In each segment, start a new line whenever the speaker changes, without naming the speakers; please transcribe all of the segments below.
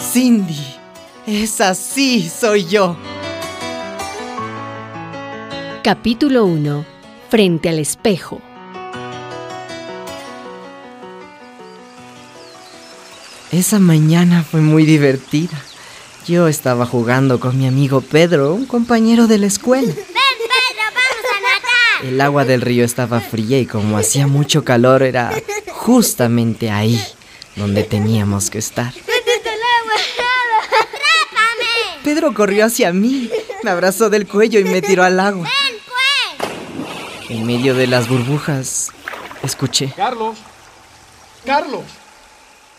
Cindy, es así, soy yo.
Capítulo 1. Frente al espejo.
Esa mañana fue muy divertida. Yo estaba jugando con mi amigo Pedro, un compañero de la escuela.
¡Ven, Pedro, vamos a nadar!
El agua del río estaba fría y como hacía mucho calor era justamente ahí donde teníamos que estar.
¡Métete al agua! ¡Rápame!
Pedro corrió hacia mí, me abrazó del cuello y me tiró al agua.
¡Ven, pues!
En medio de las burbujas, escuché.
Carlos, Carlos,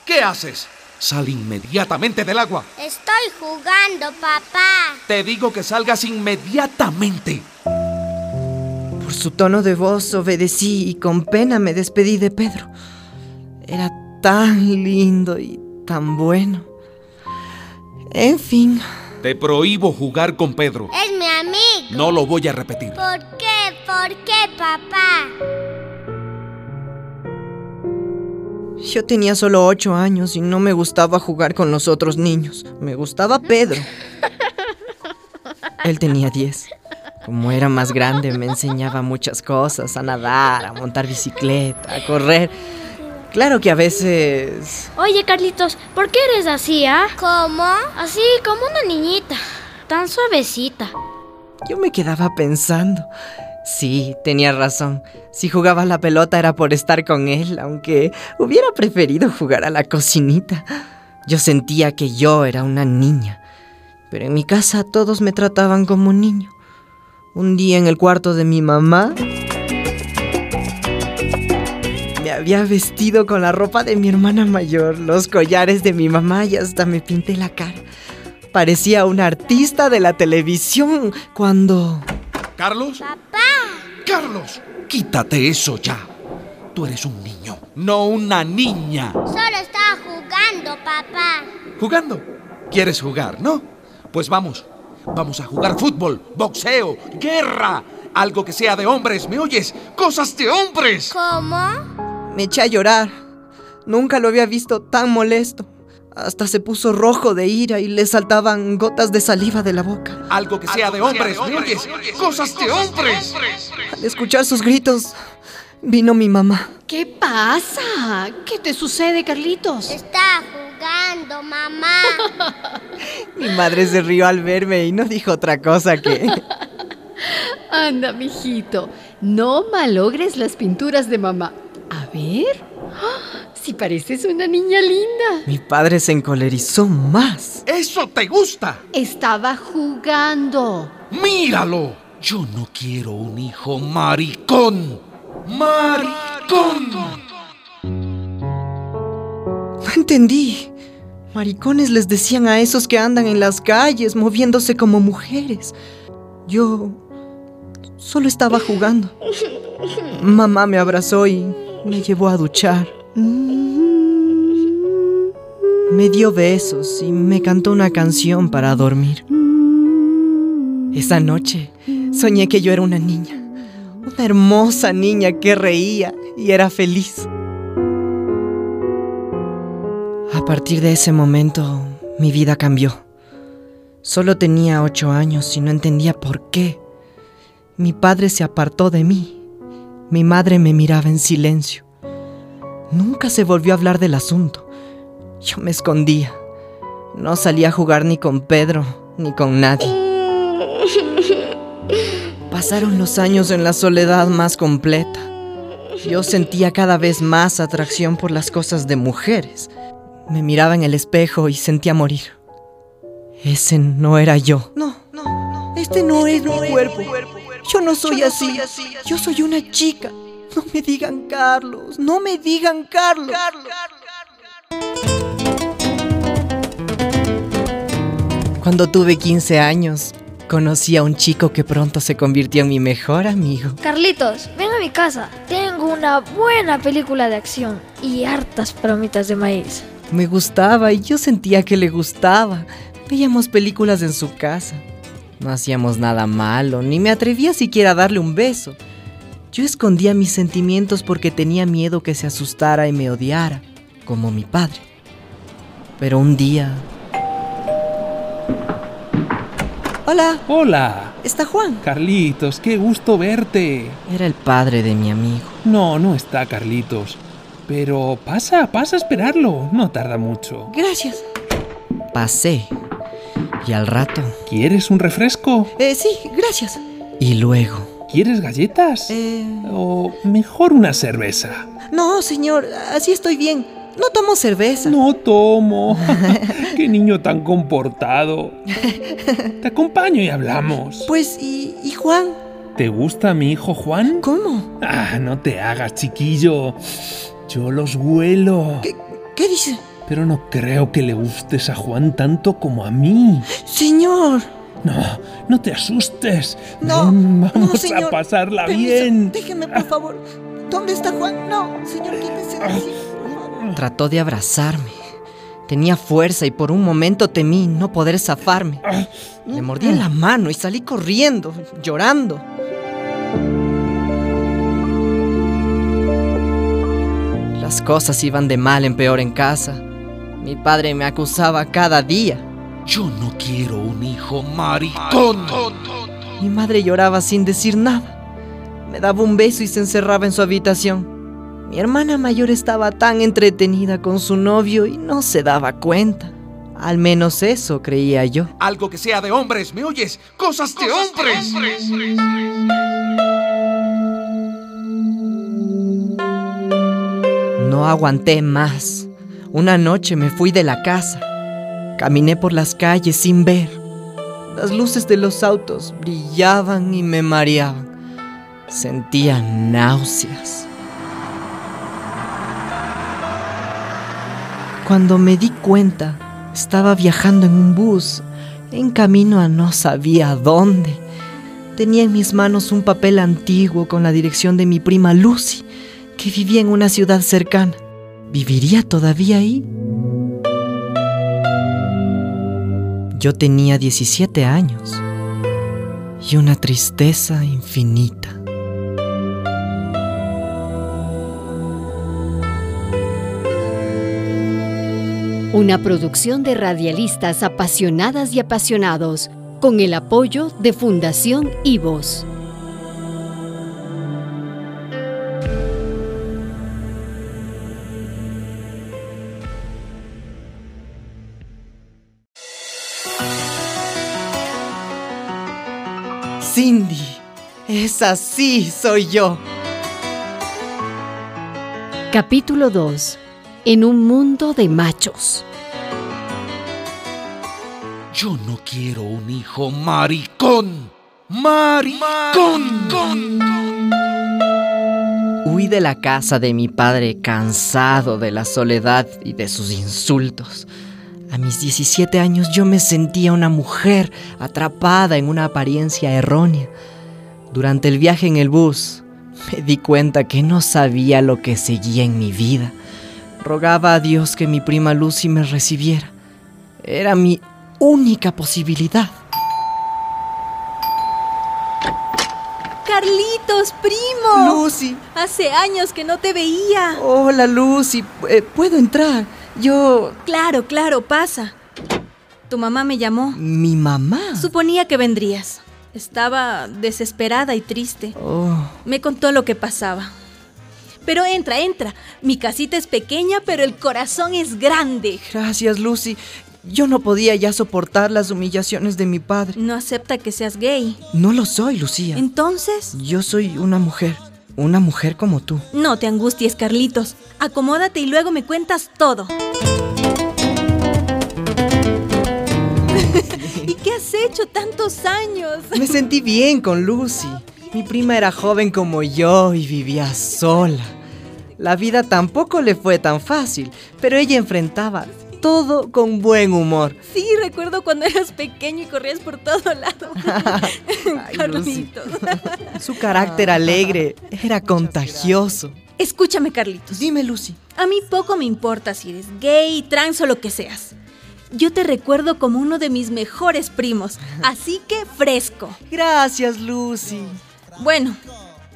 ¿qué haces? Sal inmediatamente del agua.
Estoy jugando, papá.
Te digo que salgas inmediatamente.
Por su tono de voz obedecí y con pena me despedí de Pedro. Era tan lindo y tan bueno. En fin,
Te prohíbo jugar con Pedro.
Es mi amigo.
No lo voy a repetir.
¿Por qué? ¿Por qué, papá?
yo tenía solo ocho años y no me gustaba jugar con los otros niños. Me gustaba Pedro. Él tenía diez. Como era más grande, me enseñaba muchas cosas, a nadar, a montar bicicleta, a correr. Claro que a veces...
Oye, Carlitos, ¿por qué eres así, ah?
¿Cómo?
Así como una niñita, tan suavecita.
Yo me quedaba pensando. Sí, tenía razón. Si jugaba a la pelota era por estar con él, aunque hubiera preferido jugar a la cocinita. Yo sentía que yo era una niña, pero en mi casa todos me trataban como niño. Un día en el cuarto de mi mamá me había vestido con la ropa de mi hermana mayor, los collares de mi mamá y hasta me pinté la cara. Parecía un artista de la televisión cuando...
¿Carlos?
¡Papá!
¡Carlos! Quítate eso ya. Tú eres un niño, no una niña.
Solo estaba jugando, papá.
¿Jugando? ¿Quieres jugar, no? Pues vamos. Vamos a jugar fútbol, boxeo, guerra. Algo que sea de hombres, ¿me oyes? ¡Cosas de hombres!
¿Cómo?
Me eché a llorar. Nunca lo había visto tan molesto. Hasta se puso rojo de ira y le saltaban gotas de saliva de la boca.
Algo que sea de hombres, ¿me oyes? ¡Cosas de hombres!
Al escuchar sus gritos, vino mi mamá.
¿Qué pasa? ¿Qué te sucede, Carlitos?
Estaba jugando, mamá.
Mi madre se rió al verme y no dijo otra cosa que...
Anda, mijito, no malogres las pinturas de mamá. A ver, ¡ah! si pareces una niña linda.
Mi padre se encolerizó más.
¡Eso te gusta!
Estaba jugando.
¡Míralo! Yo no quiero un hijo maricón. ¡Maricón!
No entendí. Maricones les decían a esos que andan en las calles moviéndose como mujeres. Yo solo estaba jugando. Mamá me abrazó y me llevó a duchar. Me dio besos y me cantó una canción para dormir. Esa noche soñé que yo era una niña, una hermosa niña que reía y era feliz. A partir de ese momento, mi vida cambió. Solo tenía ocho años y no entendía por qué. Mi padre se apartó de mí. Mi madre me miraba en silencio. Nunca se volvió a hablar del asunto. Yo me escondía. No salía a jugar ni con Pedro, ni con nadie. Pasaron los años en la soledad más completa. Yo sentía cada vez más atracción por las cosas de mujeres. Me miraba en el espejo y sentía morir. Ese no era yo. No, no, no. Este no es mi cuerpo. Yo no soy así. Yo soy una chica. No me digan Carlos. No me digan Carlos. Cuando tuve 15 años, conocí a un chico que pronto se convirtió en mi mejor amigo.
Carlitos, ven a mi casa. Tengo una buena película de acción y hartas palomitas de maíz.
Me gustaba y yo sentía que le gustaba. Veíamos películas en su casa. No hacíamos nada malo, ni me atrevía siquiera a darle un beso. Yo escondía mis sentimientos porque tenía miedo que se asustara y me odiara. como mi padre. Pero un día... Hola,
Hola,
está Juan.
Carlitos, qué gusto verte.
Era el padre de mi amigo.
No, no está Carlitos. Pero pasa, pasa a esperarlo. No tarda mucho.
Gracias. Pasé. Y al rato...
¿Quieres un refresco?
Eh, sí, gracias. Y luego...
¿Quieres galletas?
Eh...
O mejor una cerveza.
No, señor, así estoy bien. No tomo cerveza.
No tomo. qué niño tan comportado. Te acompaño y hablamos.
Pues, ¿y, y Juan?
¿Te gusta mi hijo Juan?
¿Cómo?
Ah, no te hagas, chiquillo. Yo los huelo.
¿Qué, qué dice?
Pero no creo que le gustes a Juan tanto como a mí.
Señor.
No, no te asustes.
No,
Ven, vamos
no, señor.
a pasarla
Permiso,
bien.
Déjeme, por favor. ¿Dónde está Juan? No, señor, quítese
Ah.
de aquí, por favor. Trató de abrazarme. Tenía fuerza y por un momento temí no poder zafarme. Le mordí en la mano y salí corriendo, llorando. Las cosas iban de mal en peor en casa. Mi padre me acusaba cada día.
Yo no quiero un hijo maricón.
Mi madre lloraba sin decir nada. Me daba un beso y se encerraba en su habitación. Mi hermana mayor estaba tan entretenida con su novio y no se daba cuenta. Al menos eso creía yo.
Algo que sea de hombres, ¿me oyes? Cosas, de, hombres.
No aguanté más. Una noche me fui de la casa. Caminé por las calles sin ver. Las luces de los autos brillaban y me mareaban. Sentía náuseas. Cuando me di cuenta, estaba viajando en un bus, en camino a no sabía dónde. Tenía en mis manos un papel antiguo con la dirección de mi prima Lucy, que vivía en una ciudad cercana. ¿Viviría todavía ahí? Yo tenía 17 años y una tristeza infinita.
Una producción de radialistas apasionadas y apasionados, con el apoyo de Fundación IVOS.
Cindy, esa sí soy yo.
Capítulo 2. En un mundo de machos.
Yo no quiero un hijo maricón. Maricón.
Huí de la casa de mi padre cansado de la soledad y de sus insultos. A mis 17 años yo me sentía una mujer atrapada en una apariencia errónea. Durante el viaje en el bus me di cuenta que no sabía lo que seguía en mi vida. Rogaba a Dios que mi prima Lucy me recibiera. Era mi única posibilidad.
Carlitos, primo.
Lucy,
Hace años que no te veía.
hola Lucy, Eh, ¿puedo entrar? Yo...
Claro, claro, pasa. Tu mamá me llamó.
Mi mamá.
Suponía que vendrías. Estaba desesperada y triste.
Oh.
Me contó lo que pasaba. Pero entra, entra. Mi casita es pequeña, pero el corazón es grande.
Gracias, Lucy. Yo no podía ya soportar las humillaciones de mi padre.
No acepta que seas gay.
No lo soy, Lucía.
Entonces,
Yo soy una mujer. Una mujer como tú.
no te angusties, Carlitos. Acomódate y luego me cuentas todo. ¿Y qué has hecho tantos años?
Me sentí bien con Lucy. Mi prima era joven como yo y vivía sola. La vida tampoco le fue tan fácil, pero ella enfrentaba todo con buen humor.
Sí, recuerdo cuando eras pequeño y corrías por todo lado.
Lucy.
Carlitos.
Su carácter alegre era contagioso.
Escúchame, Carlitos.
Dime, Lucy.
A mí poco me importa si eres gay, trans o lo que seas. Yo te recuerdo como uno de mis mejores primos, así que fresco.
Gracias, Lucy.
Bueno,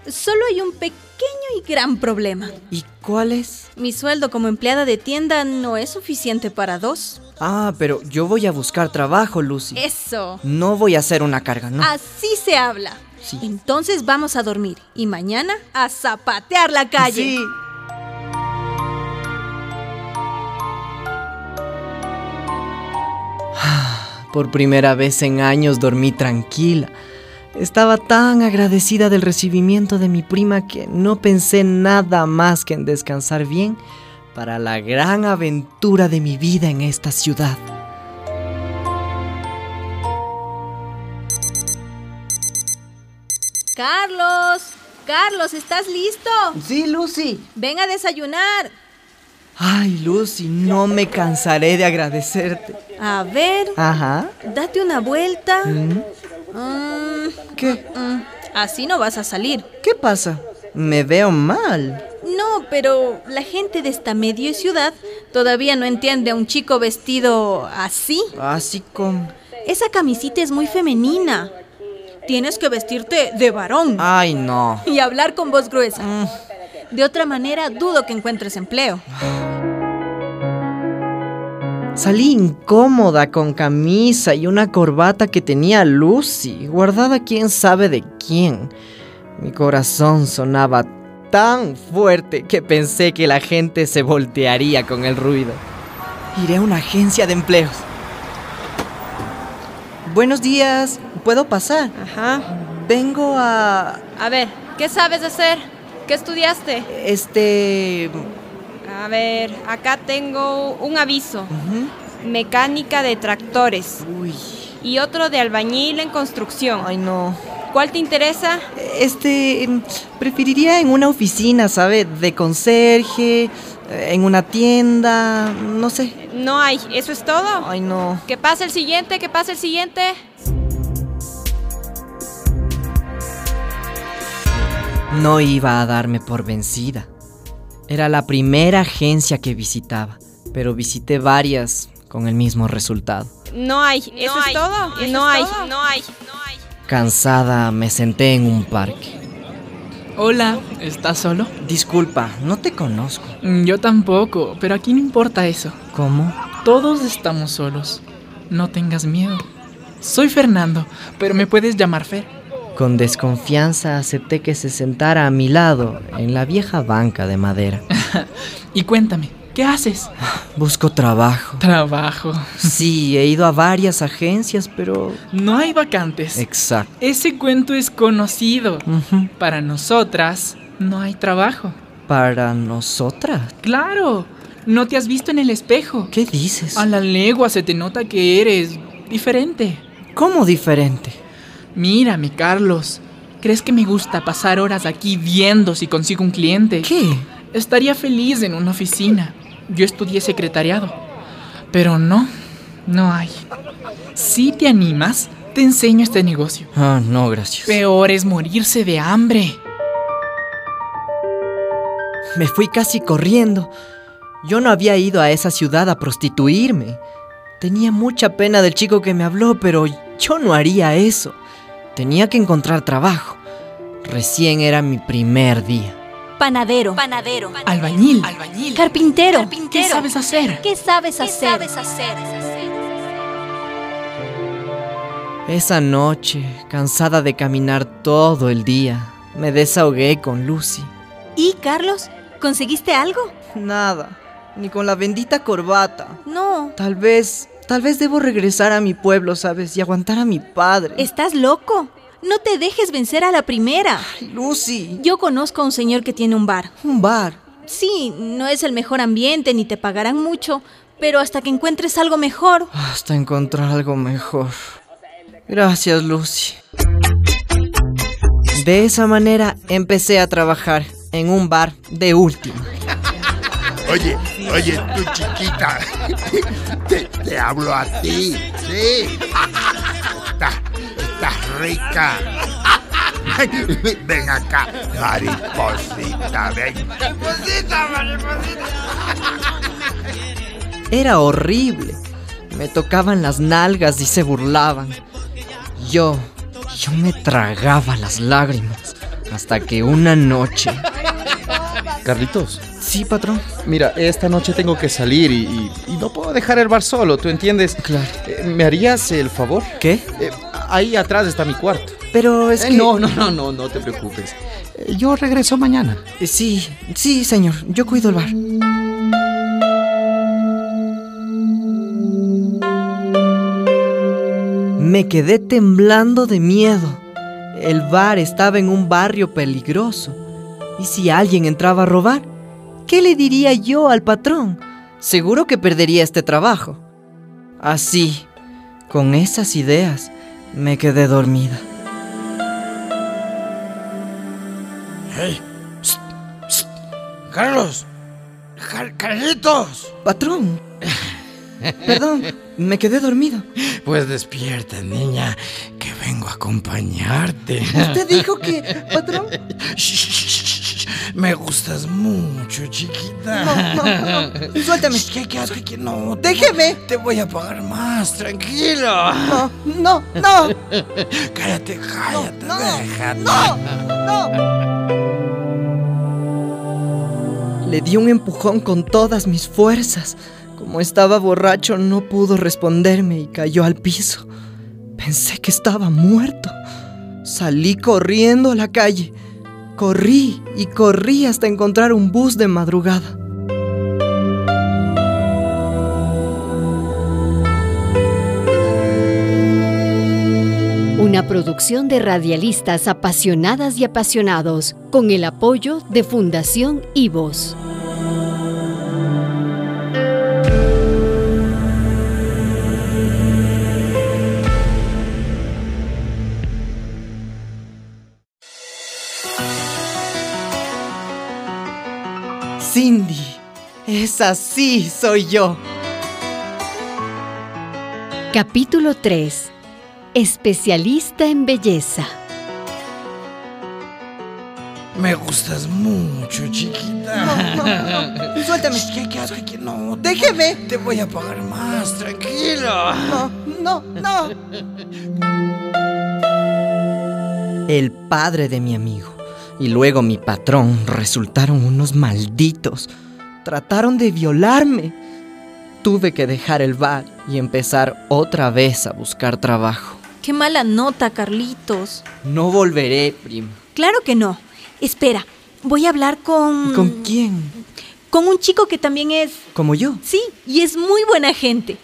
solo hay un pequeño pequeño y gran problema.
¿Y cuál es?
Mi sueldo como empleada de tienda no es suficiente para dos.
Ah, pero yo voy a buscar trabajo, Lucy.
Eso. Ah,
No voy a hacer una carga, ¿no?
Así se habla.
Sí.
Entonces vamos a dormir y mañana a zapatear la calle.
Sí. Por primera vez en años dormí tranquila. Estaba tan agradecida del recibimiento de mi prima que no pensé nada más que en descansar bien para la gran aventura de mi vida en esta ciudad.
Carlos, Carlos, ¿estás listo?
Sí, Lucy.
Ven a desayunar.
Ay, Lucy, no me cansaré de agradecerte.
A ver,
Ajá.
date una vuelta.
¿Mm?
Mm,
¿Qué?
mm, así no vas a salir.
¿Qué pasa? Me veo mal.
No, pero la gente de esta medio ciudad todavía no entiende a un chico vestido así.
Así como...
Esa camisita es muy femenina. Tienes que vestirte de varón
Ay, no.
y hablar con voz gruesa.
Mm.
De otra manera, dudo que encuentres empleo.
Salí incómoda con camisa y una corbata que tenía Lucy, guardada quién sabe de quién. Mi corazón sonaba tan fuerte que pensé que la gente se voltearía con el ruido. Iré a una agencia de empleos. Buenos días, ¿puedo pasar?
Ajá.
Vengo a...
A ver, ¿qué sabes hacer? ¿Qué estudiaste?
este...
A ver, acá tengo un aviso.
ujú.
Mecánica de tractores
Uy,
y otro de albañil en construcción.
ay no.
¿Cuál te interesa?
Este, mm, preferiría en una oficina, ¿sabe? De conserje, eh, en una tienda, no sé.
No hay, eso es todo.
Ay, no.
Que pase el siguiente, que pase el siguiente.
No iba a darme por vencida. Era la primera agencia que visitaba, pero visité varias con el mismo resultado.
No hay, eso es todo. No hay, no hay.
Cansada, me senté en un parque.
Hola, ¿estás solo?
Disculpa, no te conozco.
Mm, Yo tampoco, pero aquí no importa eso.
¿Cómo?
Todos estamos solos. No tengas miedo. Soy Fernando, pero me puedes llamar Fer.
Con desconfianza acepté que se sentara a mi lado, en la vieja banca de madera.
Y cuéntame, ¿qué haces?
Busco trabajo.
Trabajo.
Sí, he ido a varias agencias, pero...
No hay vacantes.
Exacto.
Ese cuento es conocido.
Ujú.
Para nosotras, no hay trabajo.
Para nosotras.
Claro, no te has visto en el espejo.
¿Qué dices?
A la legua se te nota que eres diferente.
¿Cómo diferente?
Mírame, Carlos. ¿Crees que me gusta pasar horas aquí viendo si consigo un cliente?
¿Qué?
Estaría feliz en una oficina. Yo estudié secretariado. Pero no, no hay. Si te animas, te enseño este negocio.
Ah, no, gracias.
Peor es morirse de hambre.
Me fui casi corriendo. Yo no había ido a esa ciudad a prostituirme. Tenía mucha pena del chico que me habló, pero yo no haría eso. Tenía que encontrar trabajo. Recién era mi primer día.
Panadero. Panadero.
Albañil. Albañil.
Carpintero.
¿Qué sabes hacer?
¿Qué sabes hacer?
Esa noche, cansada de caminar todo el día, me desahogué con Lucy.
¿Y Carlos? ¿Conseguiste algo?
Nada, ni con la bendita corbata.
No.
Tal vez, tal vez debo regresar a mi pueblo, ¿sabes? Y aguantar a mi padre.
¿Estás loco? No te dejes vencer a la primera.
Ay, Lucy,
Yo conozco a un señor que tiene un bar.
un bar.
Sí, no es el mejor ambiente ni te pagarán mucho, pero hasta que encuentres algo mejor.
Hasta encontrar algo mejor. Gracias, Lucy. De esa manera empecé a trabajar en un bar de última.
Oye, oye, tú chiquita. Te, te hablo a ti. Sí. Estás, estás rica. Ven acá, mariposita, ven. Mariposita, mariposita.
Era horrible. Me tocaban las nalgas y se burlaban. Yo, yo me tragaba las lágrimas. Hasta que una noche.
Carlitos.
Sí, patrón.
Mira, esta noche tengo que salir y, y- y no puedo dejar el bar solo, ¿tú entiendes? Eh,
Claro.
¿Me harías el favor?
¿Qué?
Eh,
ahí atrás está mi cuarto.
Pero es
Eh,
que.
No, no, no, no, no te preocupes. Eh, Yo regreso mañana.
Sí, sí, señor. Yo cuido el bar. Me quedé temblando de miedo. El bar estaba en un barrio peligroso. ¿Y si alguien entraba a robar? ¿Qué le diría yo al patrón? Seguro que perdería este trabajo. Así, con esas ideas, me quedé dormida.
¡Hey! Psst, psst. ¡Carlos! Car- ¡Carlitos!
Patrón. Perdón, me quedé dormido.
Pues despierta, niña, que vengo a acompañarte.
Usted dijo que, patrón.
Me gustas mucho, chiquita.
No, no, no. Suéltame.
¿Qué, qué haces? Que no. te-
Déjeme.
Te voy a pagar más, tranquilo.
No, no, no.
Cállate, cállate, déjate.
Le di un empujón con todas mis fuerzas. Como estaba borracho, no pudo responderme y cayó al piso. Pensé que estaba muerto. Salí corriendo a la calle. Corrí y corrí hasta encontrar un bus de madrugada.
Una producción de radialistas apasionadas y apasionados con el apoyo de Fundación IVOS.
Cindy, esa sí soy yo.
Capítulo 3. Especialista en belleza.
Me gustas mucho, chiquita.
No, no, no. Suéltame.
¿Qué, qué haces? Que no. te-
Déjeme.
Te voy a pagar más, tranquilo.
No, no, no. El padre de mi amigo y luego mi patrón resultaron unos malditos. Trataron de violarme. Tuve que dejar el bar y empezar otra vez a buscar trabajo.
Qué mala nota, Carlitos.
No volveré, prima.
Claro que no. Espera, voy a hablar con...
¿Con quién?
Con un chico que también es...
Como yo.
Sí, y es muy buena gente.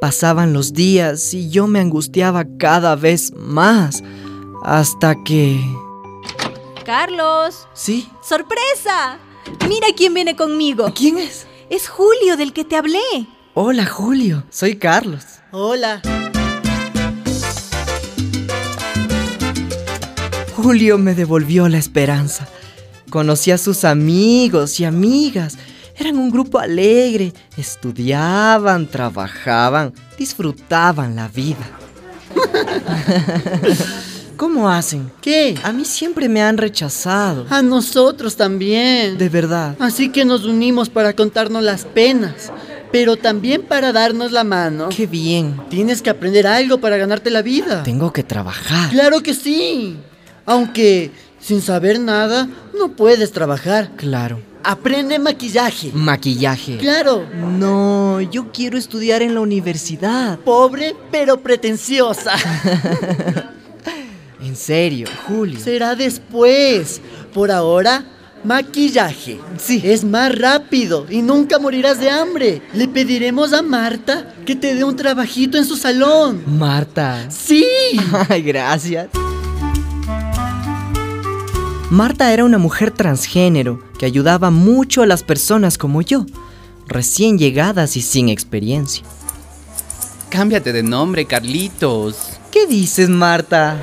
Pasaban los días y yo me angustiaba cada vez más. Hasta que...
Carlos.
Sí.
¡Sorpresa! Mira quién viene conmigo.
¿Quién es?
Es Julio, del que te hablé.
Hola Julio, soy Carlos.
Hola.
Julio me devolvió la esperanza. Conocí a sus amigos y amigas. Eran un grupo alegre. Estudiaban, trabajaban, disfrutaban la vida. ¿Cómo hacen? ¿Qué? A mí siempre me han rechazado.
A nosotros también.
De verdad.
Así que nos unimos para contarnos las penas, pero también para darnos la mano.
Qué bien.
Tienes que aprender algo para ganarte la vida.
Tengo que trabajar.
Claro que sí. Aunque sin saber nada no puedes trabajar.
Claro.
Aprende maquillaje.
Maquillaje.
Claro.
No, yo quiero estudiar en la universidad.
Pobre pero pretenciosa.
En serio, Julio.
Será después. Por ahora, maquillaje.
Sí.
Es más rápido y nunca morirás de hambre. Le pediremos a Marta que te dé un trabajito en su salón.
Marta.
Sí.
Ay, gracias. Marta era una mujer transgénero que ayudaba mucho a las personas como yo, recién llegadas y sin experiencia.
Cámbiate de nombre, Carlitos.
¿Qué dices, Marta?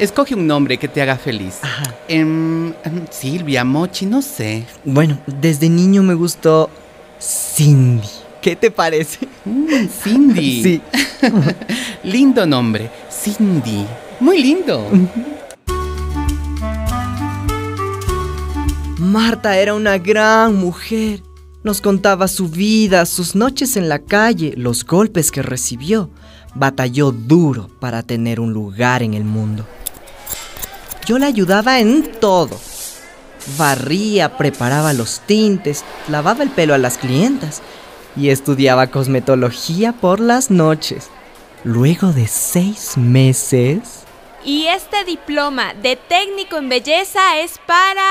Escoge un nombre que te haga feliz. Em, em, Silvia, Mochi, no sé.
Bueno, desde niño me gustó Cindy. ¿Qué te parece?
Mm, Cindy.
Sí.
lindo nombre, Cindy. Muy lindo.
Marta era una gran mujer. Nos contaba su vida, sus noches en la calle, los golpes que recibió. Batalló duro para tener un lugar en el mundo. Yo la ayudaba en todo. Barría, preparaba los tintes, lavaba el pelo a las clientas y estudiaba cosmetología por las noches. Luego de seis meses...
Y este diploma de técnico en belleza es para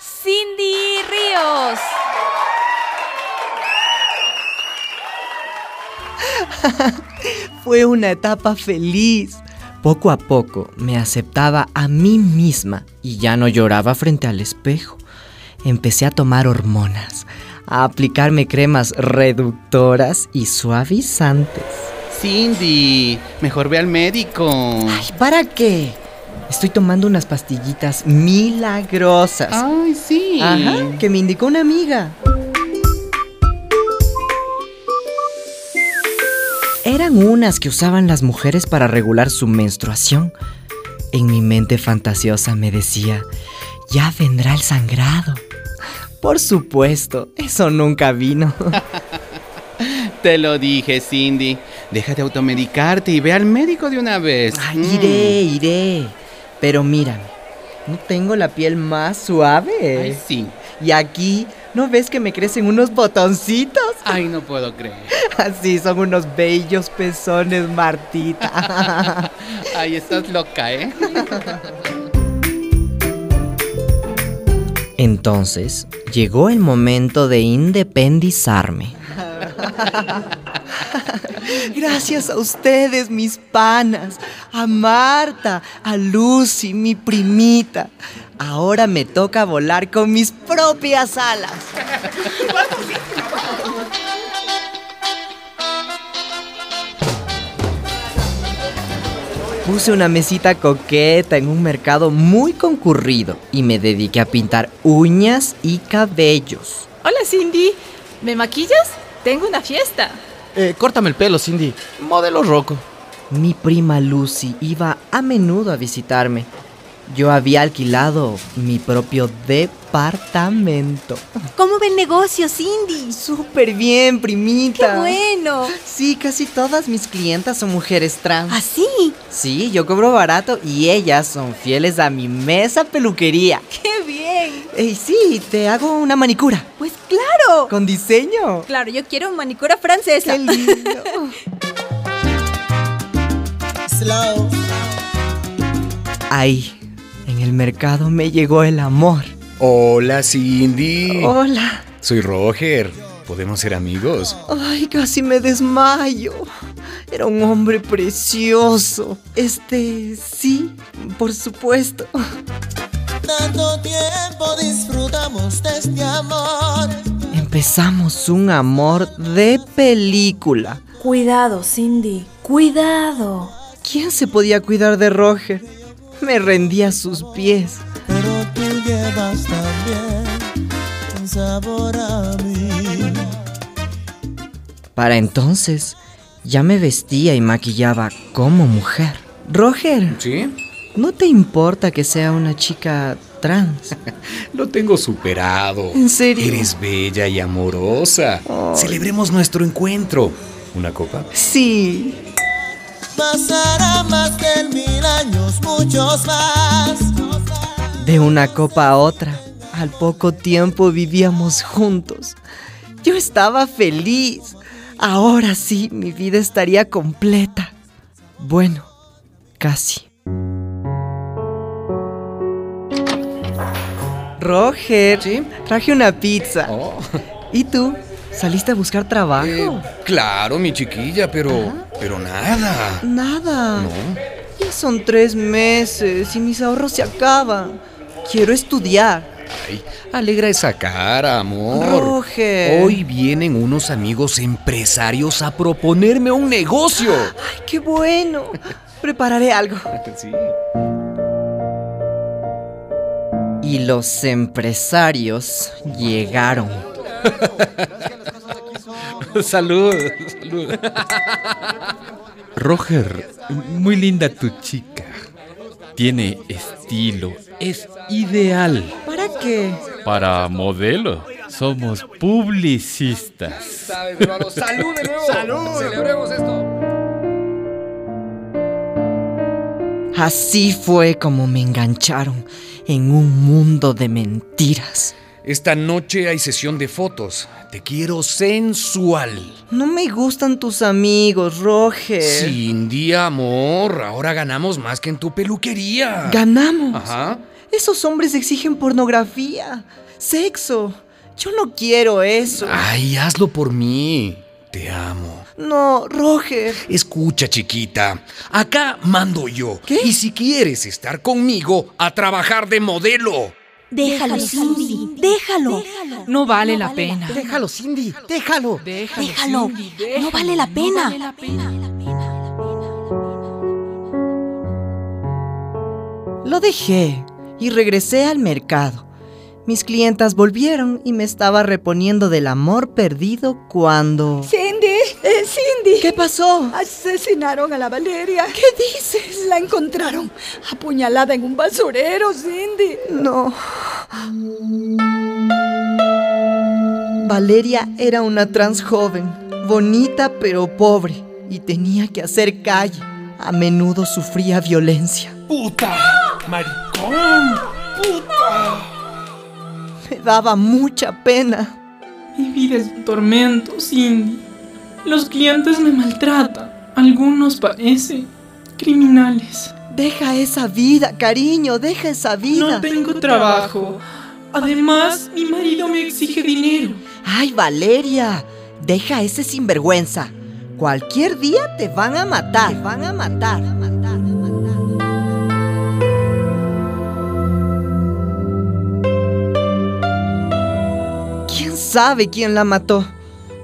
Cindy Ríos.
Fue una etapa feliz. Poco a poco me aceptaba a mí misma y ya no lloraba frente al espejo. Empecé a tomar hormonas, a aplicarme cremas reductoras y suavizantes.
Cindy, mejor ve al médico.
Ay, ¿para qué? Estoy tomando unas pastillitas milagrosas.
Ay, sí.
Ajá, que me indicó una amiga. Eran unas que usaban las mujeres para regular su menstruación. En mi mente fantasiosa me decía, ya vendrá el sangrado. Por supuesto, eso nunca vino.
Te lo dije, Cindy. Deja de automedicarte y ve al médico de una vez. Mm.
Ay, Ah, Iré, iré. Pero mírame, no tengo la piel más suave.
Ay, sí.
Y aquí, ¿no ves que me crecen unos botoncitos?
Ay, no puedo creer.
Así son unos bellos pezones, Martita.
Ay, estás loca, ¿eh?
Entonces, llegó el momento de independizarme. Gracias a ustedes, mis panas, a Marta, a Lucy, mi primita. Ahora me toca volar con mis propias alas. Puse una mesita coqueta en un mercado muy concurrido y me dediqué a pintar uñas y cabellos.
Hola Cindy, ¿me maquillas? Tengo una fiesta.
Eh, córtame el pelo, Cindy. Modelo roco.
Mi prima Lucy iba a menudo a visitarme. Yo había alquilado mi propio departamento.
¿Cómo ve el negocio, Cindy?
Súper bien, primita.
¡Qué bueno!
Sí, casi todas mis clientas son mujeres trans.
¿Ah, sí?
Sí, yo cobro barato y ellas son fieles a mi mesa peluquería.
¡Qué bien!
Ey, sí, te hago una manicura.
Pues claro.
¿Con diseño?
Claro, yo quiero manicura francesa.
¡Qué lindo!
Slow.
Ahí, en el mercado me llegó el amor.
Hola, Cindy.
Hola.
Soy Roger. ¿Podemos ser amigos?
Ay, casi me desmayo. Era un hombre precioso. Este, sí, por supuesto.
Tanto tiempo disfrutamos de este amor.
Empezamos un amor de película.
Cuidado, Cindy. Cuidado.
¿Quién se podía cuidar de Roger? Me rendía a sus pies.
Pero tú llevas también un sabor a mí.
Para entonces, ya me vestía y maquillaba como mujer. Roger.
¿Sí?
¿No te importa que sea una chica trans?
Lo tengo superado.
¿En serio?
Eres bella y amorosa.
Ay.
Celebremos nuestro encuentro. ¿Una copa?
Sí.
Pasará más de mil años, muchos más.
De una copa a otra, al poco tiempo vivíamos juntos. Yo estaba feliz. Ahora sí, mi vida estaría completa. Bueno, casi. Roger,
¿Sí?
traje una pizza.
Oh.
¿Y tú? ¿Saliste a buscar trabajo?
Eh, claro, mi chiquilla, pero. Pero nada.
Nada.
No.
Ya son tres meses y mis ahorros se acaban. Quiero estudiar.
Ay, alegra esa cara, amor.
Roger.
Hoy vienen unos amigos empresarios a proponerme un negocio.
¡Ay, qué bueno! Prepararé algo.
Sí.
Y los empresarios llegaron.
Salud, salud.
Roger, muy linda tu chica. Tiene estilo, es ideal
¿Para qué?
para modelo. Somos publicistas.
¡Salud de nuevo!
¡Salud!
¡Celebremos esto!
Así fue como me engancharon en un mundo de mentiras.
Esta noche hay sesión de fotos. Te quiero sensual.
No me gustan tus amigos, Roger.
Cindy, amor, ahora ganamos más que en tu peluquería.
¿Ganamos?
Ajá.
Esos hombres exigen pornografía, sexo. Yo no quiero eso.
Ay, hazlo por mí. Te amo.
No, Roger.
Escucha, chiquita. Acá mando yo. ¿Qué? Y si quieres estar conmigo, a trabajar de modelo.
Déjalo, Cindy. Déjalo.
No vale la pena.
Déjalo, Cindy. Déjalo.
Déjalo. No vale la pena.
Lo dejé y regresé al mercado. Mis clientas volvieron y me estaba reponiendo del amor perdido cuando...
Cindy, eh, Cindy.
¿Qué pasó?
Asesinaron a la Valeria.
¿Qué dices?
La encontraron apuñalada en un basurero, Cindy.
No. Valeria era una trans joven, bonita pero pobre, y tenía que hacer calle. A menudo sufría violencia.
¡Puta! ¡Maricón! ¡Puta!
Me daba mucha pena.
Mi vida es un tormento, Cindy. Los clientes me maltratan. Algunos parece criminales.
Deja esa vida, cariño, deja esa vida.
No tengo trabajo. Además, mi marido me exige dinero.
Ay, Valeria, deja ese sinvergüenza. Cualquier día te van a matar, te van a matar. Van a matar. sabe quién la mató.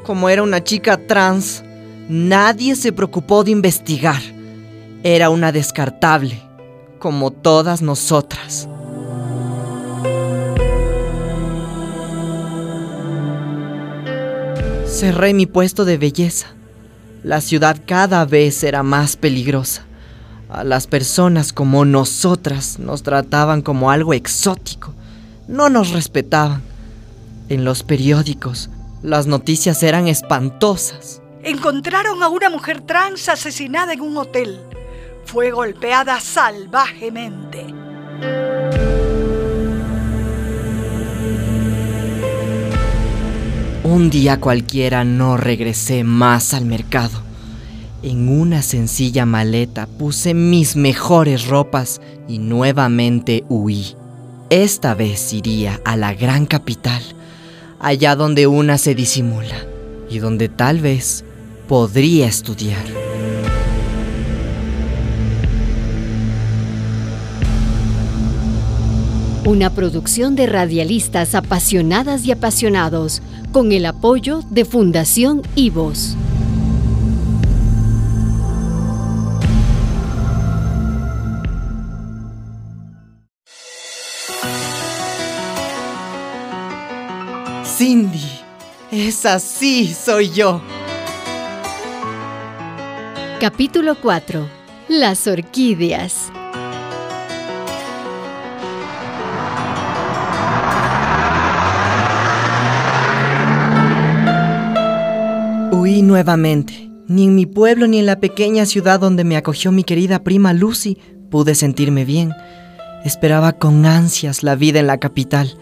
Como era una chica trans, nadie se preocupó de investigar. Era una descartable, como todas nosotras. Cerré mi puesto de belleza. La ciudad cada vez era más peligrosa. A las personas como nosotras nos trataban como algo exótico. No nos respetaban. En los periódicos, las noticias eran espantosas.
Encontraron a una mujer trans asesinada en un hotel. Fue golpeada salvajemente.
Un día cualquiera no regresé más al mercado. En una sencilla maleta puse mis mejores ropas y nuevamente huí. Esta vez iría a la gran capital allá donde una se disimula y donde tal vez podría estudiar.
Una producción de radialistas apasionadas y apasionados con el apoyo de Fundación IVOS.
Cindy. Es así, soy yo.
Capítulo 4. Las orquídeas.
Huí nuevamente. Ni en mi pueblo ni en la pequeña ciudad donde me acogió mi querida prima Lucy pude sentirme bien. Esperaba con ansias la vida en la capital.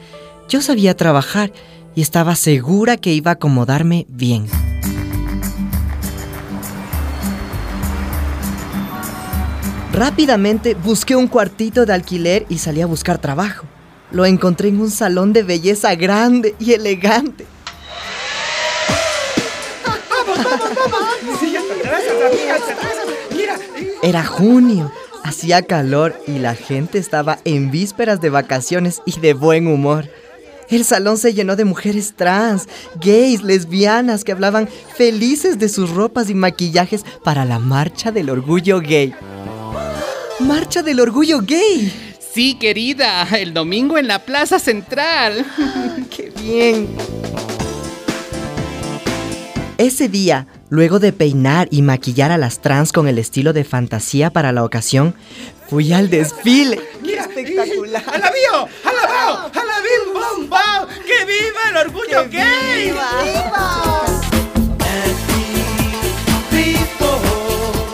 Yo sabía trabajar y estaba segura que iba a acomodarme bien. Rápidamente busqué un cuartito de alquiler y salí a buscar trabajo. Lo encontré en un salón de belleza grande y elegante. Era junio, hacía calor y la gente estaba en vísperas de vacaciones y de buen humor. El salón se llenó de mujeres trans, gays, lesbianas que hablaban felices de sus ropas y maquillajes para la Marcha del Orgullo Gay. ¡Marcha del Orgullo Gay!
Sí, querida, el domingo en la Plaza Central.
¡Qué bien! Ese día, luego de peinar y maquillar a las trans con el estilo de fantasía para la ocasión, fui al desfile.
Mira, espectacular!
¡Alabío! ¡Alabao! ¡Alabim! ¡Bom! ¡Bom! ¡Que viva el orgullo
¡Que
gay!
viva!
¡Viva!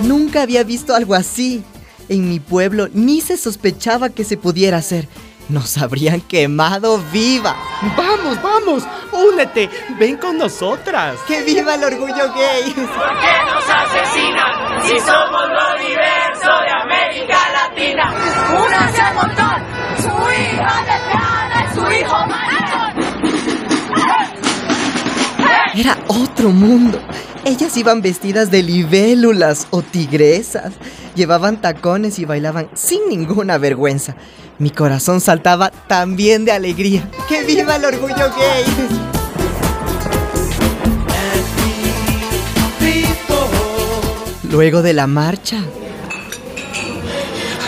Nunca había visto algo así. En mi pueblo ni se sospechaba que se pudiera hacer. Nos habrían quemado viva.
Vamos, vamos, únete, ven con nosotras.
¡Que viva el orgullo gay!
¿Por qué nos asesinan si somos lo diverso de América Latina? Únanse al montón, su hija lesbiana y su hijo maricón.
Era otro mundo. Ellas iban vestidas de libélulas o tigresas. Llevaban tacones y bailaban sin ninguna vergüenza. Mi corazón saltaba también de alegría. ¡Que viva el orgullo gay! Luego de la marcha.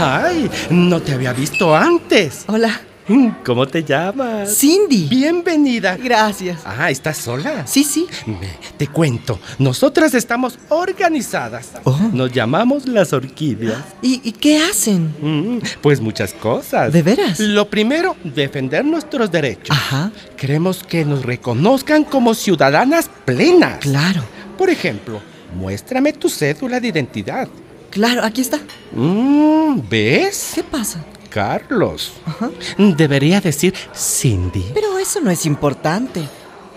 ¡Ay! No te había visto antes. Mm,
Hola.
¿Cómo te llamas?
Cindy.
Bienvenida.
Gracias.
Ah, ¿estás sola?
Sí, sí.
Me- Te cuento, nosotras estamos organizadas. Nos llamamos las orquídeas.
Oh. ¿Y, y qué hacen?
Mm, Pues muchas cosas.
¿De veras?
Lo primero, defender nuestros derechos. Queremos que nos reconozcan como ciudadanas plenas.
Claro.
Por ejemplo, muéstrame tu cédula de identidad.
Claro, aquí está.
Mm, ¿Ves?
¿Qué pasa?
Carlos. Debería decir Cindy.
Pero eso no es importante.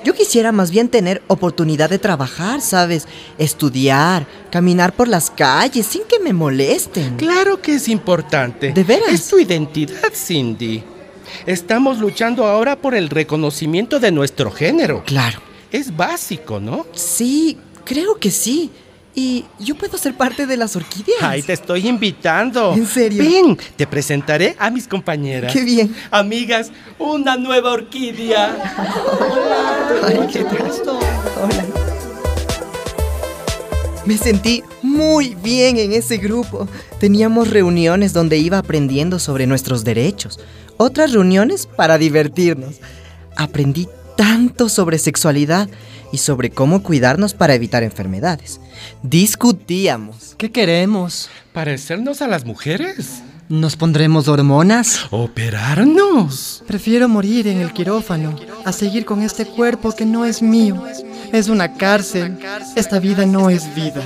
Yo quisiera más bien tener oportunidad de trabajar, ¿sabes? Estudiar, caminar por las calles sin que me molesten.
Claro que es importante.
¿De veras?
Es tu identidad, Cindy. Estamos luchando ahora por el reconocimiento de nuestro género.
Claro.
Es básico, ¿no?
Sí, creo que sí. ¿Y yo puedo ser parte de las orquídeas?
Ay, te estoy invitando.
¿En serio?
Ven, te presentaré a mis compañeras.
¡Qué bien!
Amigas, una nueva orquídea.
Ay, qué Hola. Me sentí muy bien en ese grupo. Teníamos reuniones donde iba aprendiendo sobre nuestros derechos, otras reuniones para divertirnos. Aprendí tanto sobre sexualidad y sobre cómo cuidarnos para evitar enfermedades. Discutíamos.
¿Qué queremos?
¿Parecernos a las mujeres?
¿Nos pondremos hormonas?
¿Operarnos?
Prefiero morir en el quirófano a seguir con este cuerpo que no es mío. Es una cárcel. Esta vida no es vida.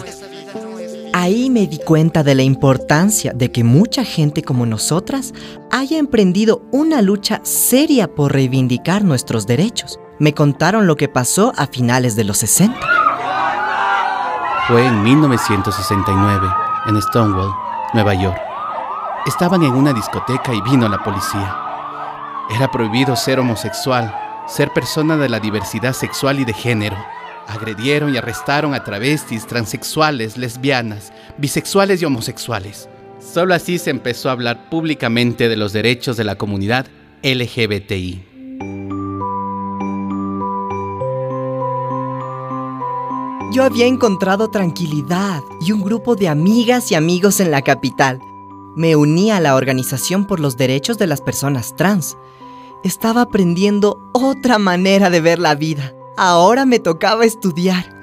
Ahí me di cuenta de la importancia de que mucha gente como nosotras haya emprendido una lucha seria por reivindicar nuestros derechos. Me contaron lo que pasó a finales de los 60.
Fue en 1969, en Stonewall, Nueva York. Estaban en una discoteca y vino la policía. Era prohibido ser homosexual, ser persona de la diversidad sexual y de género. Agredieron y arrestaron a travestis, transexuales, lesbianas, bisexuales y homosexuales. Solo así se empezó a hablar públicamente de los derechos de la comunidad LGBTI.
Yo había encontrado tranquilidad y un grupo de amigas y amigos en la capital. Me uní a la Organización por los Derechos de las Personas Trans. Estaba aprendiendo otra manera de ver la vida. Ahora me tocaba estudiar.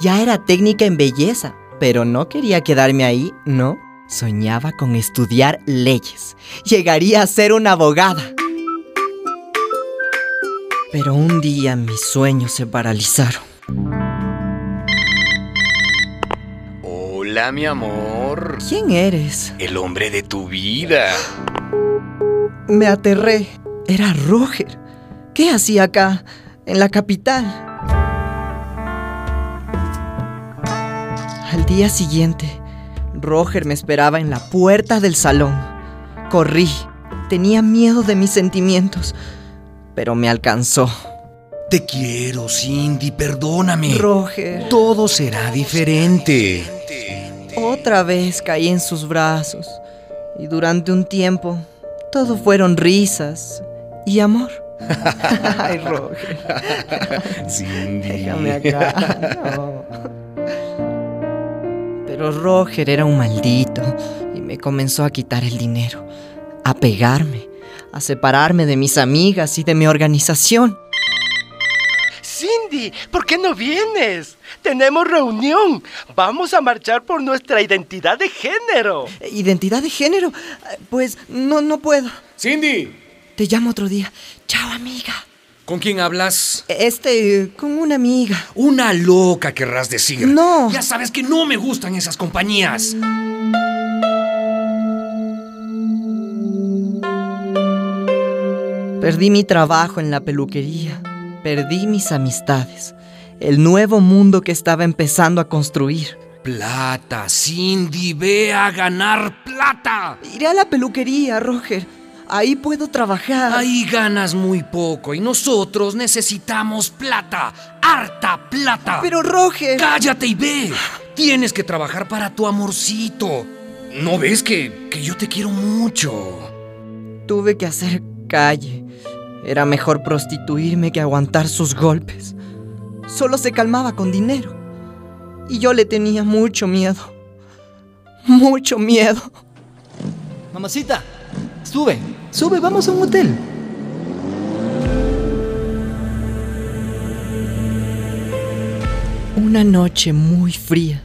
Ya era técnica en belleza, pero no quería quedarme ahí, ¿no? Soñaba con estudiar leyes. Llegaría a ser una abogada. Pero un día mis sueños se paralizaron.
Hola, mi amor.
¿Quién eres?
El hombre de tu vida.
Me aterré. Era Roger. ¿Qué hacía acá, en la capital? Al día siguiente, Roger me esperaba en la puerta del salón. Corrí. Tenía miedo de mis sentimientos, pero me alcanzó.
Te quiero, Cindy, perdóname.
Roger.
Todo será diferente.
Otra vez caí en sus brazos y durante un tiempo todo fueron risas y amor. Ay, Roger.
Cindy.
Déjame acá. no. Pero Roger era un maldito y me comenzó a quitar el dinero, a pegarme, a separarme de mis amigas y de mi organización.
Cindy, ¿por qué no vienes? Tenemos reunión. Vamos a marchar por nuestra identidad de género.
¿Identidad de género? Eh, Pues no, no puedo.
Cindy.
Te llamo otro día. Chao, amiga.
¿Con quién hablas?
Este, eh, con una amiga.
Una loca, querrás decir.
No.
Ya sabes que no me gustan esas compañías.
Perdí mi trabajo en la peluquería. Perdí mis amistades. El nuevo mundo que estaba empezando a construir.
Plata, Cindy, ve a ganar plata.
Iré a la peluquería, Roger. Ahí puedo trabajar.
Ahí ganas muy poco y nosotros necesitamos plata. Harta plata.
Pero Roger.
Cállate y ve. Tienes que trabajar para tu amorcito. ¿No ves que, que yo te quiero mucho?
Tuve que hacer calle. Era mejor prostituirme que aguantar sus golpes. Solo se calmaba con dinero. Y yo le tenía mucho miedo. Mucho miedo.
Mamacita, sube, sube, vamos a un hotel.
Una noche muy fría.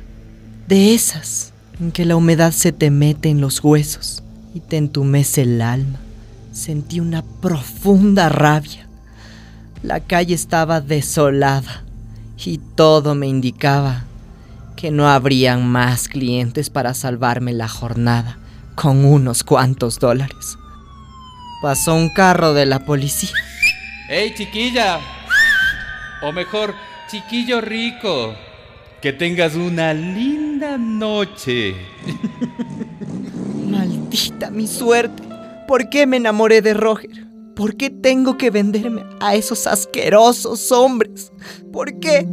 De esas en que la humedad se te mete en los huesos y te entumece el alma sentí una profunda rabia. La calle estaba desolada y todo me indicaba que no habrían más clientes para salvarme la jornada con unos cuantos dólares. Pasó un carro de la policía.
¡Hey, chiquilla! O mejor, chiquillo rico. Que tengas una linda noche.
Maldita mi suerte. ¿Por qué me enamoré de Roger? ¿Por qué tengo que venderme a esos asquerosos hombres? ¿Por qué?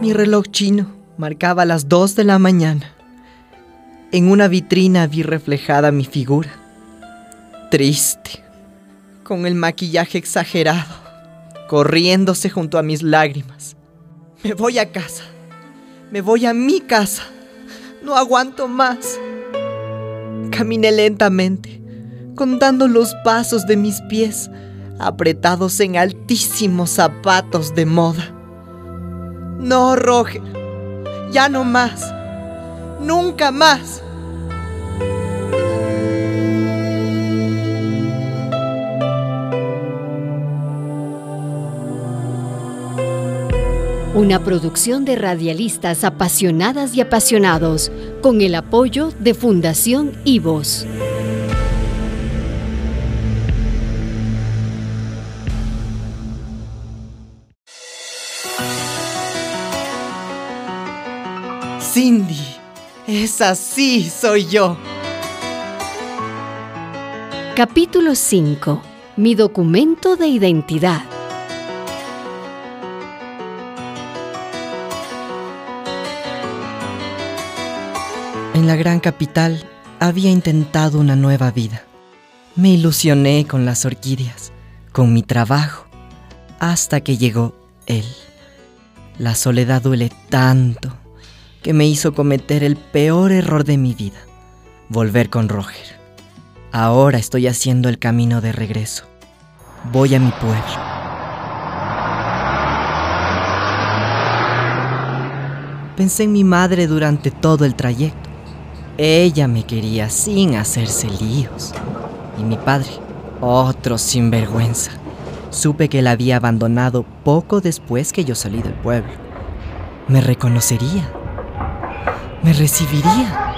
Mi reloj chino marcaba las 2 de la mañana. En una vitrina vi reflejada mi figura. Triste, con el maquillaje exagerado, corriéndose junto a mis lágrimas. Me voy a casa. Me voy a mi casa. No aguanto más. Caminé lentamente, contando los pasos de mis pies, apretados en altísimos zapatos de moda. No, Roger, ya no más. Nunca más.
Una producción de radialistas apasionadas y apasionados, con el apoyo de Fundación IVOS.
Cindy, es así, soy yo.
Capítulo 5. Mi documento de identidad.
En la gran capital había intentado una nueva vida. Me ilusioné con las orquídeas, con mi trabajo, hasta que llegó él. La soledad duele tanto que me hizo cometer el peor error de mi vida, volver con Roger. Ahora estoy haciendo el camino de regreso. Voy a mi pueblo. Pensé en mi madre durante todo el trayecto. Ella me quería sin hacerse líos. Y mi padre, otro sinvergüenza. Supe que la había abandonado poco después que yo salí del pueblo. Me reconocería. Me recibiría.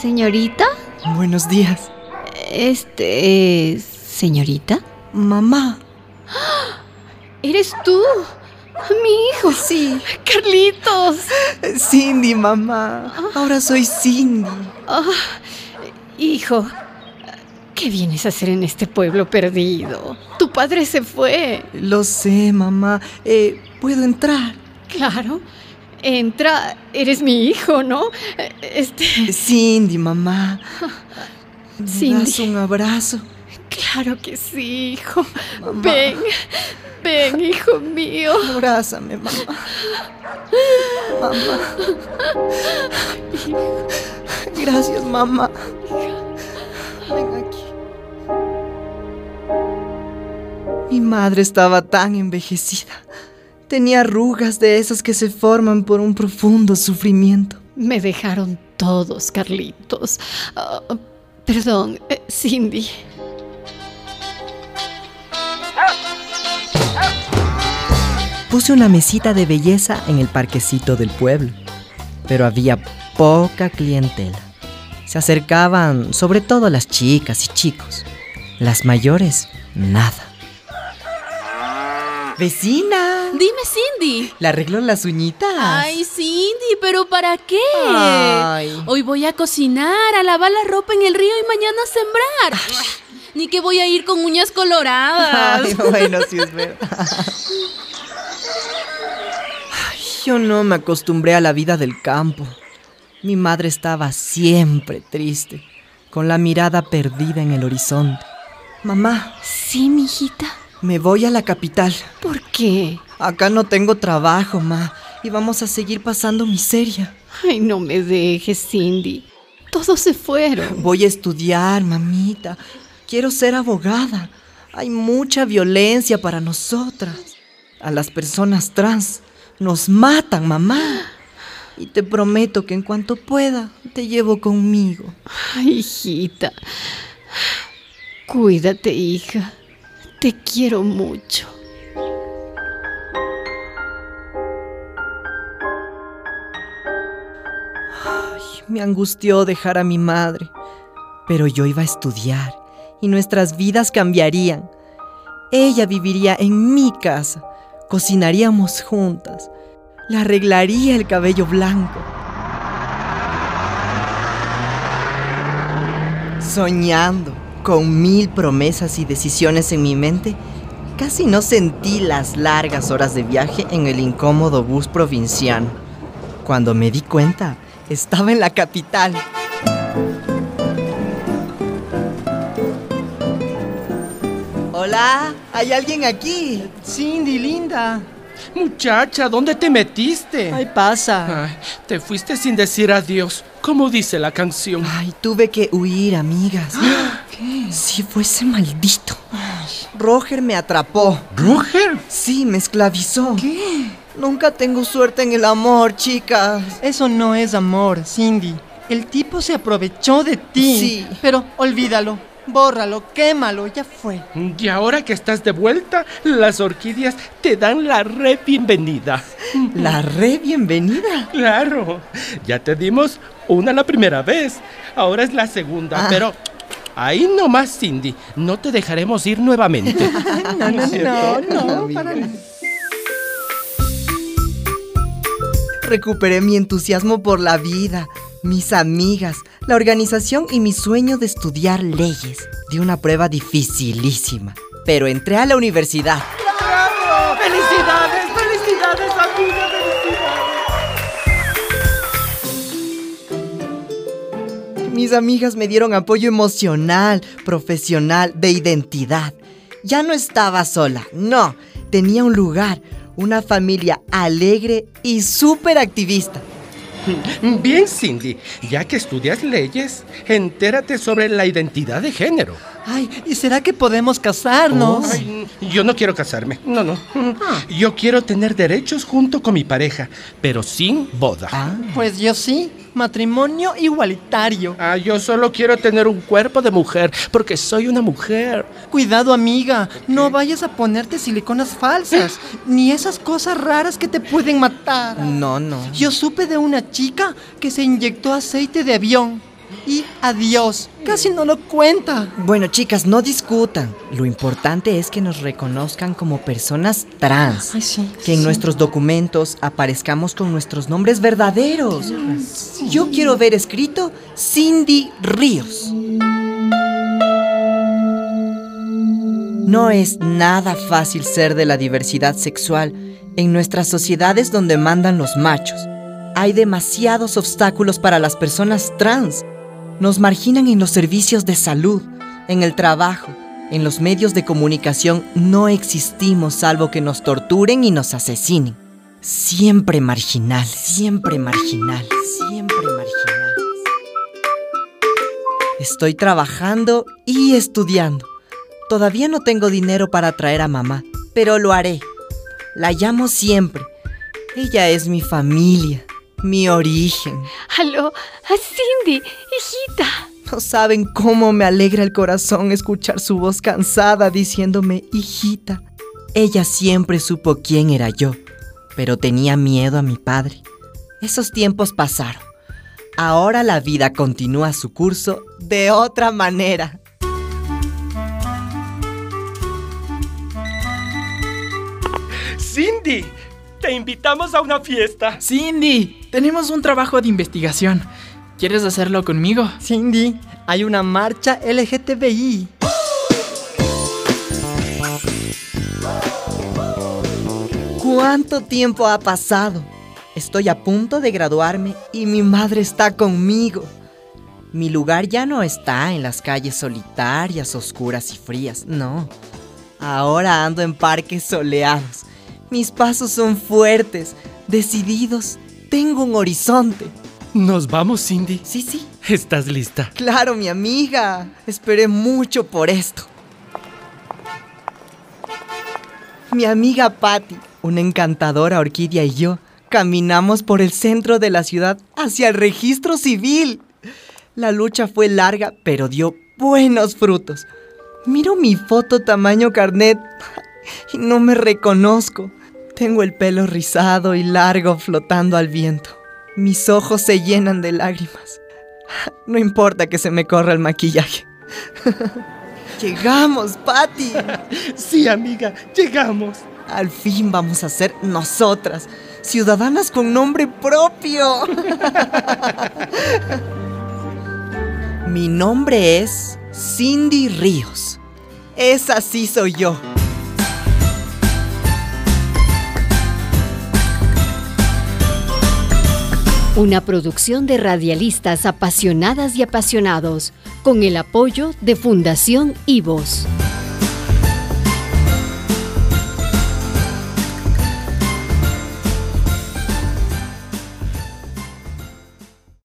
Señorita.
Buenos días.
Este... Señorita.
Mamá.
¿Eres tú? Mi hijo.
Sí.
Carlitos.
Cindy, mamá. Ahora soy Cindy.
Oh, hijo, ¿qué vienes a hacer en este pueblo perdido? Tu padre se fue.
Lo sé, mamá. Eh, ¿Puedo entrar?
Claro. Entra, eres mi hijo, ¿no? Este.
Cindy, mamá. ¿Me Cindy. Das un abrazo.
Claro que sí, hijo. Mamá. Ven. Ven, hijo mío.
Abrázame, mamá. Mamá. Hijo. Gracias, mamá. Ven aquí. Mi madre estaba tan envejecida. Tenía arrugas de esas que se forman por un profundo sufrimiento.
Me dejaron todos, Carlitos. Uh, perdón, eh, Cindy.
puse una mesita de belleza en el parquecito del pueblo, pero había poca clientela. Se acercaban sobre todo las chicas y chicos. Las mayores, nada. ¡Vecina!
Dime, Cindy.
¿Le arregló las uñitas?
Ay, Cindy, ¿pero para qué?
Ay.
Hoy voy a cocinar, a lavar la ropa en el río y mañana a sembrar. Ni que voy a ir con uñas coloradas.
Ay, bueno, sí es verdad. Ay, yo no me acostumbré a la vida del campo. Mi madre estaba siempre triste, con la mirada perdida en el horizonte. Mamá.
Sí, mijita.
Me voy a la capital.
¿Por qué?
Acá no tengo trabajo, ma. Y vamos a seguir pasando miseria.
Ay, no me dejes, Cindy. Todos se fueron.
Voy a estudiar, mamita. Quiero ser abogada. Hay mucha violencia para nosotras. A las personas trans nos matan, mamá. Y te prometo que en cuanto pueda, te llevo conmigo.
Ay, hijita. Cuídate, hija. Te quiero mucho.
Ay, me angustió dejar a mi madre, pero yo iba a estudiar y nuestras vidas cambiarían. Ella viviría en mi casa, cocinaríamos juntas, le arreglaría el cabello blanco. Soñando con mil promesas y decisiones en mi mente, casi no sentí las largas horas de viaje en el incómodo bus provinciano. Cuando me di cuenta, estaba en la capital. Hola, ¿hay alguien aquí?
Cindy, linda.
Muchacha, ¿dónde te metiste?
Ay, pasa.
Ay, te fuiste sin decir adiós, como dice la canción.
Ay, tuve que huir, amigas. ¿Qué? Sí, fue ese maldito. Ay, Roger me atrapó.
¿Roger?
Sí, me esclavizó.
¿Qué?
Nunca tengo suerte en el amor, chicas.
Eso no es amor, Cindy. El tipo se aprovechó de ti.
Sí.
Pero olvídalo. Bórralo, quémalo, ya fue.
Y ahora que estás de vuelta, las orquídeas te dan la re bienvenida.
¿La re bienvenida?
Claro, ya te dimos una la primera vez, ahora es la segunda, ah. pero ahí nomás, Cindy, no te dejaremos ir nuevamente.
no, no, no, no, no para
Recuperé mi entusiasmo por la vida mis amigas, la organización y mi sueño de estudiar leyes. Di una prueba dificilísima, pero entré a la universidad.
¡Bravo! ¡Felicidades! ¡Felicidades, amiga! ¡Felicidades!
Mis amigas me dieron apoyo emocional, profesional, de identidad. Ya no estaba sola, no. Tenía un lugar, una familia alegre y súper activista.
Mm, Bien, Cindy, ya que estudias leyes, entérate sobre la identidad de género.
Ay, ¿y será que podemos casarnos?
Oh, ay, yo no quiero casarme, no, no. Ah. Yo quiero tener derechos junto con mi pareja, pero sin boda.
Ah. Pues yo sí, matrimonio igualitario.
Ah, yo solo quiero tener un cuerpo de mujer, porque soy una mujer.
Cuidado, amiga, no vayas a ponerte siliconas falsas, ¿Eh? ni esas cosas raras que te pueden matar.
No, no.
Yo supe de una chica que se inyectó aceite de avión. Y adiós, casi no lo cuenta.
Bueno, chicas, no discutan. Lo importante es que nos reconozcan como personas trans.
Ay, sí,
que en
sí.
nuestros documentos aparezcamos con nuestros nombres verdaderos. Sí. Yo quiero ver escrito Cindy Ríos. No es nada fácil ser de la diversidad sexual en nuestras sociedades donde mandan los machos. Hay demasiados obstáculos para las personas trans. Nos marginan en los servicios de salud, en el trabajo, en los medios de comunicación. No existimos salvo que nos torturen y nos asesinen. Siempre marginal, siempre marginal, siempre marginal. Estoy trabajando y estudiando. Todavía no tengo dinero para traer a mamá, pero lo haré. La llamo siempre. Ella es mi familia mi origen.
Aló, Cindy, hijita.
No saben cómo me alegra el corazón escuchar su voz cansada diciéndome, hijita. Ella siempre supo quién era yo, pero tenía miedo a mi padre. Esos tiempos pasaron. Ahora la vida continúa su curso de otra manera.
Cindy, te invitamos a una fiesta.
Cindy, tenemos un trabajo de investigación. ¿Quieres hacerlo conmigo?
Cindy, hay una marcha LGTBI. ¿Cuánto tiempo ha pasado? Estoy a punto de graduarme y mi madre está conmigo. Mi lugar ya no está en las calles solitarias, oscuras y frías, no. Ahora ando en parques soleados. Mis pasos son fuertes, decididos. Tengo un horizonte.
Nos vamos, Cindy.
Sí, sí.
¿Estás lista?
Claro, mi amiga. Esperé mucho por esto. Mi amiga Patty, una encantadora orquídea y yo caminamos por el centro de la ciudad hacia el registro civil. La lucha fue larga, pero dio buenos frutos. Miro mi foto tamaño carnet y no me reconozco. Tengo el pelo rizado y largo flotando al viento. Mis ojos se llenan de lágrimas. No importa que se me corra el maquillaje. Llegamos, Patty.
sí, amiga, llegamos.
Al fin vamos a ser nosotras, ciudadanas con nombre propio. Mi nombre es Cindy Ríos. Esa sí soy yo.
Una producción de radialistas apasionadas y apasionados, con el apoyo de Fundación Ivos.